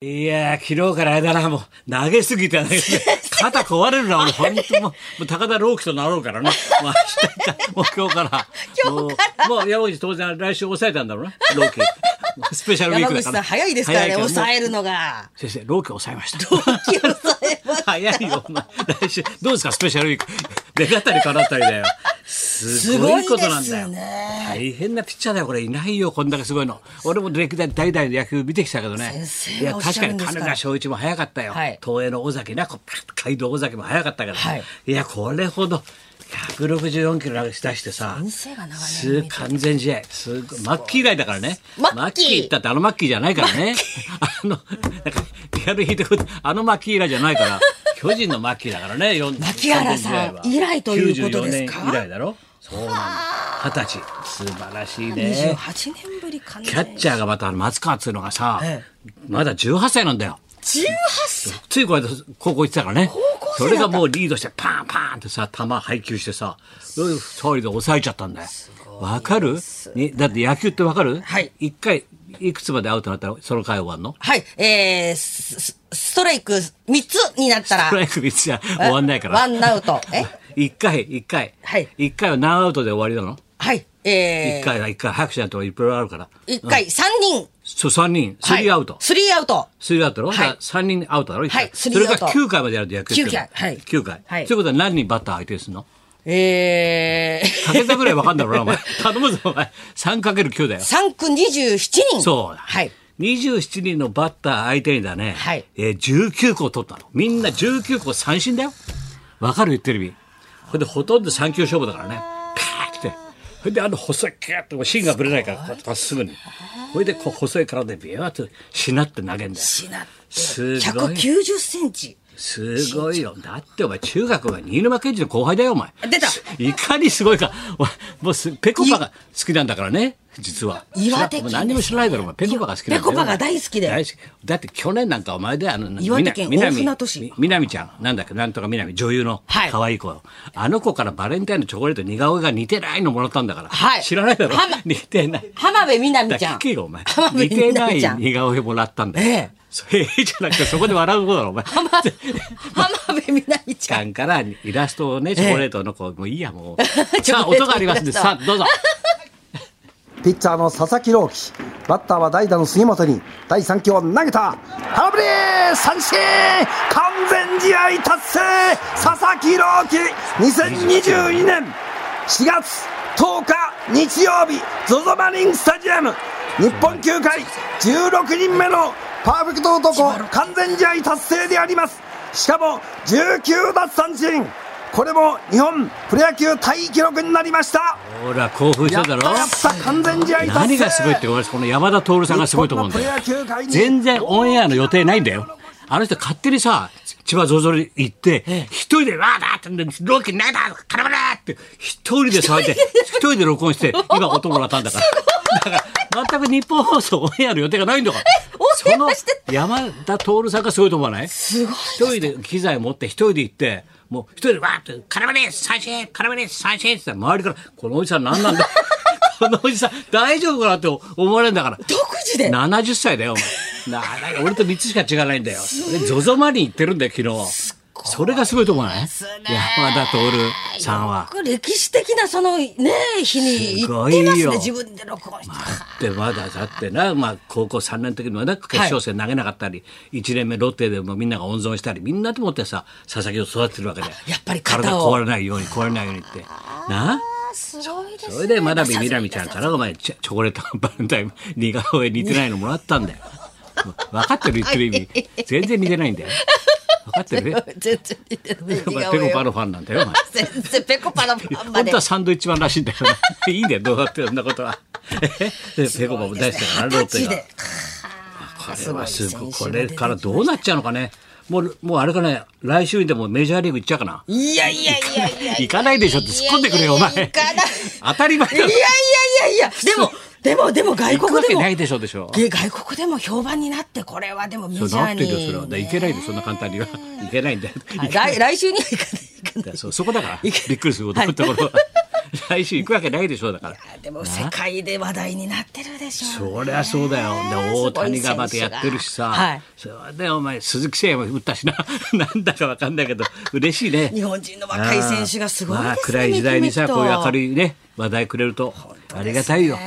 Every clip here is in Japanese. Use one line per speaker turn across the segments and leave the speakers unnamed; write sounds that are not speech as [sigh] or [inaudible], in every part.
いやー、昨日からあれだな、もう、投げすぎて、ね、
[laughs]
肩壊れるな、俺、本当もう、もう高田朗希となろう
[laughs]
からね。もう明日か、もう今日から。
今日から
もう、もう山口当然来週抑えたんだろうな、朗希。もうスペシャルウィーク
[laughs] 山
だか
口さん
ら。
早いですからね
早い
抑
も
えるのが
う先生、朗希抑えました。
気を抑えました
早いよ、お前来週。どうですか、スペシャルウィーク。出方にかなったりだよ。すごいことなんだよ。
すごいですね
大変なピッチャーだよ、これ。いないよ、こんだけすごいの。俺も歴代代々の野球見てきたけどね。
先
い
生
や、
がおっし
確
ゃ
か
るん
に
ですから
金田正一も早かったよ。
はい
東映の尾崎な、こうパッと街道尾崎も早かったから。
はい
い、や、これほど。164キロ出してさ。
先生が長年
す
見て
完全試合。すごい。マッキー以来だからね。
マッキー
だってあのマッキーじゃないからね。あの、なんか、リアルヒートフットあのマッキー以来じゃない
[laughs]
から、巨人のマッキーだからね、4
牧原さん以来ということですか
94年以来だろ。そうなんだ。二十歳。素晴らしいね。
28年ぶりかな
キャッチャーがまたあの松川っつうのがさ
え、
まだ18歳なんだよ。
18歳
ついこの間高校行ってたからね
校
そ
生だった
れがもうリードしてパンパンってさ球配球してさ総理で抑えちゃったんだよわかる、ね、だって野球ってわかる、
はい
一回いくつまでアウトになったらその回終わんの
はいえー、ススストライク3つになったら
ストライク3つじゃ終わんないから
ワンア
[laughs]
ウトえ
一回一回
はい
一回は何アウトで終わりなの
はい
一
えー、
回は一回早くしないといろいろあるから
1回3人
そう3人3アウト、
スリーアウト
スリーアウトだろ、
はい
だから三3人アウトだろ、一回
はいス
そ
リーアウ
れ
ト
が9回までやると野球って
九回はい
9回、
はい
ということは何人バッター相手にするの
えー、 [laughs]
かけたぐらいわかんだろうな、お [laughs] 前。頼むぞ、お前。3かける9だよ。
3区27人
そうだ。
はい。
27人のバッター相手にだね、
はい
えー、19個取ったの。みんな19個三振だよ。わかる言ってる意味。これでほとんど3球勝負だからね。パーって。それであの細いキューって芯がぶれないから、こうまっすぐに。それでこう細い体でビューってしなって投げんだよ。
しなって
すごい。
190センチ
すごいよ。だってお前、中学は新沼健治の後輩だよ、お前。
出た
いかにすごいか。お前、もうす、ペコパが好きなんだからね、実は。
岩手県
もう何にも知らないだろ、お前。ペコパが好きなんだよ
ペコパが大好きで
大好き。だって去年なんかお前で、あの、
岩手県
みなみ
大船渡市
みみなみちゃん、なんだっけ、なんとかみなみ、女優の
はい
可愛い子、あの子からバレンタインのチョコレート似顔絵が似てないのもらったんだから。
はい
知らないだろ
はま。
似てない。
浜辺美波
だ
ちゃん
聞けよ、お前
浜。辺
似
美
てな
波
い
ちゃん
似顔絵もらったんだよ。
ええ
それじゃなくて、そこで笑う子だろ、お前。
浜辺美波ちゃ
[laughs] 館
ん
からイラストをねチョコレートの子、もういいやもう
[laughs] チョ
さあ
コレート
音がありますんで
イラスト
さあどうぞ
ピッチャーの佐々木朗希、バッターは代打の杉本に、第3球を投げた、空振り三振完全試合達成佐々木朗希、2022年4月10日日曜日、ZOZO マリンスタジアム、日本球界16人目のパーフェクト男完全試合達成でありますしかも19奪三振これも日本プロ野球タイ記録になりました
ほら興奮し
や
た
った
だ
やっ
ろ
た完全試合達成
何がすごいって俺この山田徹さんがすごいと思うんだよ
日本のプロ野球界に
全然オンエアの予定ないんだよあの人勝手にさ千葉ゾゾリ行って一人で「わーだ!」って「ロケないだ絡まれ!」って一人で騒い
[laughs]
で一人で録音して今音もらったんだからだから全く日本放送オンエアの予定がないんだから
オ
そ
ンエ
の
アして
山田徹さんがすごいと思わない
すごい
一人で機材持って一人で行って、もう一人でわーって、空振り三振空振り三振って言ったら周りから、このおじさん何なんだ [laughs] このおじさん大丈夫かなって思われるんだから。
独自で
70歳だよ、お前。な俺と3つしか違わないんだよ。で、ゾゾマリン行ってるんだよ、昨日。それがすごいと思わない山田徹さんは。
歴史的なそのね日に行ってますね自分で録音して、
でまだだってな、まあ、高校3年の時にまだ決勝戦投げなかったり、一1年目ロッテでもみんなが温存したりみんなと思ってさ佐々木を育ててるわけで
やっぱり肩
体
を
壊れないように壊れないようにってなあ
すごいですね
それでまだみみなみちゃんからお前チョチョコレートバレンタイン似顔絵似てないのもらったんだよ分かってる言ってる意味全然似てないんだよ分かってるね
全然似てない
ペコ [laughs] パのファンなんだよお前
全然ペコパのファンま
本
で
当はサンドイッチマンらしいんだよ [laughs] ね。いいんだよ、どうだってそんなことは。えペコパも大好きだから、ロッ
二十
テ
歳
が
で。
これはすごい。
すご
こ
い選手が出
れ
てきました
からどうなっちゃうのかね。もう、もうあれかね、来週にでもメジャーリーグ行っちゃうかな。
いやいやいやいや
行かないでしょって突っ込んでくれよ、お前。
いやいやいや行かない
当たり前だ
いや
ろ
い。やいやいや、でも、でも、でも外
行く
国
わ
で
け
も、
ない
え
でしょでしょ。
外国でも評判になって、これはでもメジ
そう
ャ
な
ー
ってる
に、
よ、それは。だから行けないで、そんな簡単には。行けないんだよ。
来来週には行かない。行かない [laughs]
そうそこだから、
いけ
びっくりすること
はい
ところは。来週行くわけないでしょうだから。
でも世界で話題になってるでしょう、ね。
そりゃそうだよ。で、大谷がまたやってるしさ。
はい
それでお前、鈴木誠也も打ったしな。 [laughs] なんだかわかんないけど、嬉しいね。
日本人の若い選手がすごいですね
まあ暗い時代にさ、
めきめ
こ
き
う
と
いう明るいね、話題くれると、ありがたいよ。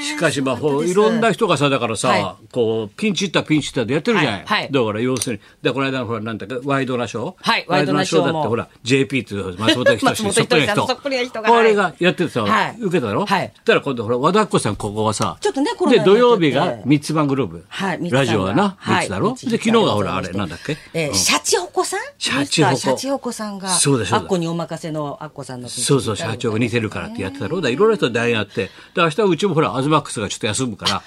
しかしまあ、ほういろんな人がさ、だからさ、
は
こう、ピンチヒッターピンチヒッターでやってるじゃない。
はいはい
だから要するに、で、この間のほら、なんだっけ、ワイドナショー
はいワイドナショーも
ワイドナだってほら、JP っていう松本人志
[laughs] 松本人志さんのそっくりな人がはい
あれがやっててさ、
はい
受けただろ
はい
そしたら今度ほら、和田アキ子さんここはさ、
ちょっとねコロナ
で、
になっ
土
ちゃって
曜日が三つ葉グローブ。
はい、三つさんが
ラジオはな、三つだろ、
は
で、
い
昨日がほら、あれ、なんだっけ
えー、シャチホコさん
シャチホコ
ミスターシャチホコさんが、
そうだそうだ
アッコにお任せのアッコさんの。
そうそう、社長が似てるからってやってたろ。だからいろんな人と出会いがあって。で、明日はうちもほら、アズマックスがちょっと休むから。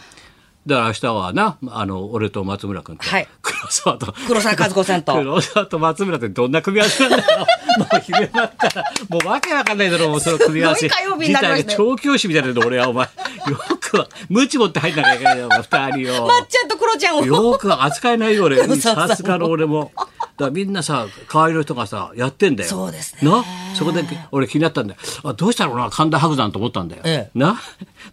だから明日はな、あの、俺と松村君と、
はい
黒沢と、
黒沢和子さんと
黒沢と松村ってどんな組み合わせなんだろう。もう昼になったら、もうわけわかんないだろう、もうその組み合わせ。
すごい火曜日になりましたね
自体が調教師みたいなの、俺はお前。よくは、無知持って入んなきゃいけないよ、お前二人を。
まっちゃんとクロちゃんを。
よくは扱えない
[laughs]
よ俺
黒沢さんも
さすがの俺も。だからみんなさ可愛いの人がさやってんだよ。
そうですね
なそこで俺気になったんだよ。あどうしたろうな神田伯山と思ったんだよ。
ええ
な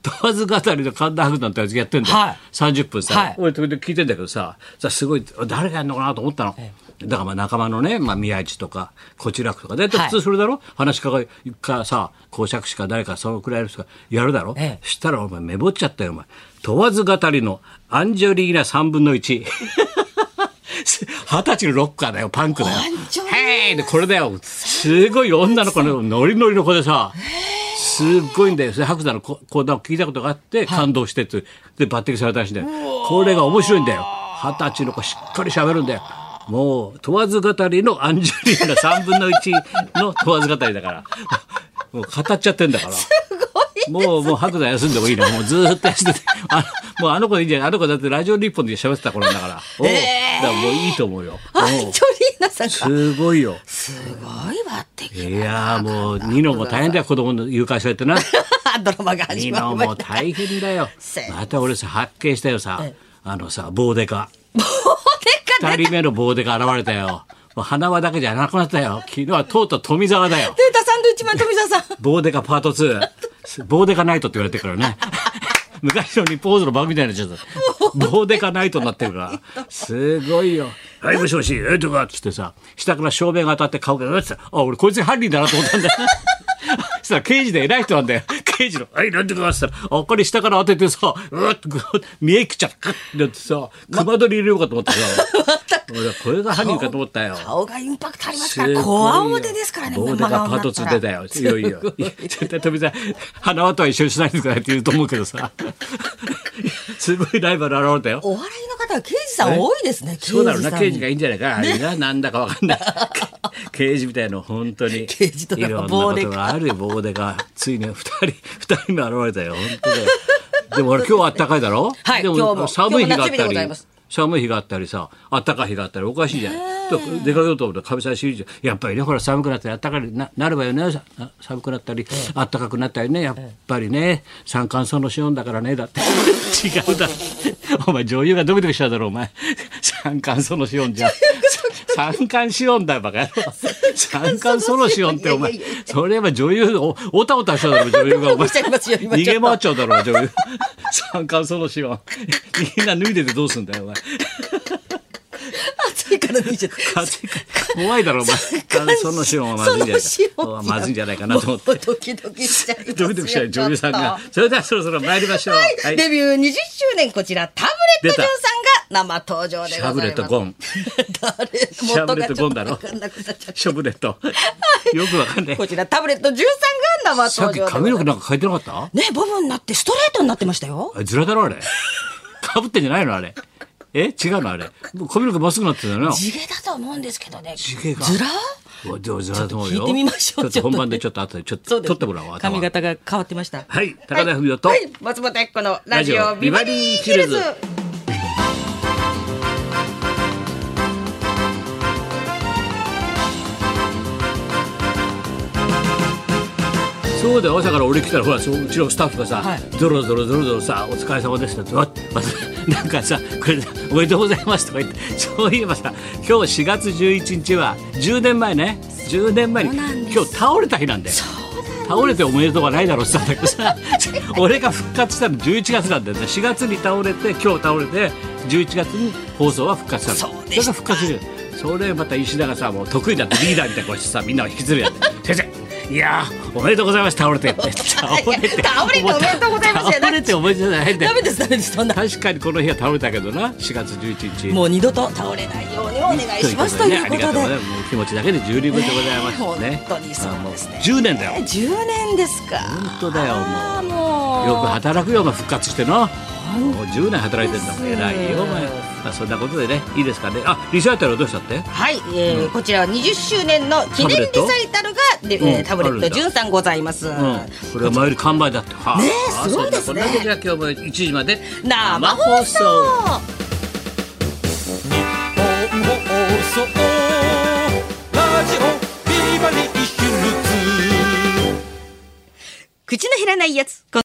問わず語りの神田伯山ってやつやってんだよ。
はい
30分さ、
はい
俺時々聞いてんだけどささすごい誰がやるのかなと思ったの。だからまあ仲間のね、まあ、宮市とかこちらくとか大体普
は
通それだろ、話し家がかさ公爵士か誰かそのくらいの人がやるだろ、
ええ
したらお前メモっちゃったよお前問わず語りのアンジョリーナ3分の1 [laughs] 二十歳のロッカーだよパンクだよ
ンジョリーナ
ヘイでこれだよすごい女の子のノリノリの子でさすっごいんだよそれ白山のこ講談を聞いたことがあって感動してってで抜擢されたらしいんだよこれが面白いんだよ二十歳の子しっかり喋るんだよもう問わず語りのアンジョリーナ3分の1の問わず語りだからもう語っちゃってんだからもう、もう白山休んでもいいな。もうずーっと休んでて。あの、もうあの子でいいんじゃないあの子だってラジオ日本で喋ってた頃だから。おう
えー
だからもういいと思うよ。
アンジョリーナさんが。
すごいよ。
すごいわってき
いやーもう、ニノも大変だよ。子供の誘拐されてな。
[laughs] た。ドラマが
ニ
始まり
ノ
ま
も
した。
大変だよ
せ。
また俺さ、発見したよさ。あのさ、棒デカ。
でか
二
ね。
人目の棒デカ現れたよ。もう花輪だけじゃなくなったよ。昨日はとうとう富澤だよ。
データサンドウィッチマン富澤さん。
ボーデカパート2。ボーデカナイトって言われてるから [laughs] ね。昔のリポーズの番組みたいになっちゃった。ボーデカナイトになってるから。すごいよ。はい、もしもし、えっとか、つってさ、 [laughs] 下から照明が当たって顔が、うわっつって、あ、俺こいつ犯人だなと思ったんだよ。 [laughs] そしたら刑事で偉い人なんだよ。刑事の、はい、なんとかっつったら、あ、これ下から当ててさ、うわっと、見えきっちゃった。だってさ、熊取り入れようかと思って [laughs] さ、俺はこれが犯人かと思ったよ。
顔がインパクトありますから。小青手ですからね。
ボーデがパート2出たよ。いよいよ。
[laughs]
絶対富澤、花輪とは一緒にしないでくださいって言うと思うけどさ。すごいライバル現れたよ。
お笑いの方は刑事さん多いですね。
そうだろうな、
さん
刑事がいいんじゃないか。あれな、なんだかわかんない。 [laughs] 刑事みたいの、本当に。
刑事とか
いろんな
棒
こ
で
と
か
があるよ、棒でか。ついに二人、二人も現れたよ。本当だよ。でも俺今日は暖かいだろ
はい
で
今日も
寒い日があっ
今日も夏日で
た
ござい
り
ます。
寒い日があったりさ、暖かい日があったり、おかしいじゃん。と出かけようと思ったら、かみさんシリーズ、やっぱりね、ほら、寒くなったり、暖かくななればよね、さ寒くなったり、暖かくなったりね、やっぱりね、三寒層の資本だからね、だって。 [laughs] 違うだろ。お前、女優がドキドキしちゃうだろ、お前。三寒層の資本じゃん。三寒資本だよ、バカ野郎。 [laughs] 三寒層の資本って、お前
いや [laughs] いやいやい、
それは女優、お、おたおたしちゃうだろ、女優が、お前。
おたおたしちゃいますよ今
逃
ちょっと
げ回っちゃうだろ、女優。 [laughs] 三冠そのシオン。みんな脱いでてどうすんだよ、お前。
暑いから脱いじゃった。
暑いから [laughs] 怖いだろ、お
[laughs]
前。三冠そのシオンはまずいんじゃない
その塩
か。まずいんじゃないかなと思って。
もうドキドキしちゃいますよ
ドキドキしちゃう女優さんが。それではそろそろ参りましょう。
はい、デビュー20周年こちらタブレットジョンさんが生登場でございます。
シャブレットゴン。
[laughs] 誰
シャブレットゴンだろ
元がちょっと分かんなくなっちゃっ
ショブレット。よくわかんな
た
い
[laughs] こ。ちらタブレットジュンさんが生
さっ
登
き
場
髪
でござい
の
ま
毛
す。
なんか変えてなかった
ねボブになってストレートになってましたよ。
あれ、ずらだろ、あれ。かぶってんじゃないの、あれ。え違うの、あれ。もう髪の毛まっすぐなってたよな。
地毛だと思うんですけどね。
地毛が
ずら？
でもずらだと思う
ちょっ
よ。
と聞いてみましょう
ちょっと本番でちょっと後でちょっ
そ
と
うです
取ってもらおう。頭
髪型が変わってました。
はい高田文夫と
はいはい松本明子のラジ
ラ
オ
ジオ
ビバリーヒルズ
ビバリー。そうだよ朝から俺来たらほらそううちのスタッフがさ、
はい
ゾロゾロゾロゾロさ「お疲れ様でした」ってわまた [laughs] なんかさ「これおめでとうございます」とか言って [laughs] そういえばさ今日4月11日は10年前ね10年前に
そうなんです
今日倒れた日なんだよ
そうなん
倒れておめでとうがないだろうって言ったんだけどさ [laughs] 俺が復活したの11月なんだよね4月に倒れて今日倒れて11月に放送は復活したの
そうでした
れが復活してるそれまた石田がさもう得意だってリーダーみたいな顔してさみんなを引きずるやつ先生いやーおめでとうございます倒れてって倒れて
倒れておめでとうございますじゃ
倒
なくて
れておめでとうじゃないんだよ
ダメですダメですそんな
確かにこの日は倒れたけどな4月11日
もう二度と倒れないようにお願いしますということ
ありがとうござ
で
いますもう気持ちだけで十二分でございますね
ね、本当にそうです
あ
ね
も10年だよ
え10年ですか
本当だよもう
あーもう
よく働くよお前復活してなもう10年働いてんだもん偉いよお前、まあ、そんなことでねいいですかねあリサイタルはどうしたって
はい、えーこちらは20周年の記念リサイタルがでえータ
タ
ブ
ブ
レ
レッ
ッ
ト
ト潤さんございます、
うん、これは前より完売だってはあ
ねえすごいですね
あそんなこんな時は今日も1時まで
生放送口の減らないやつ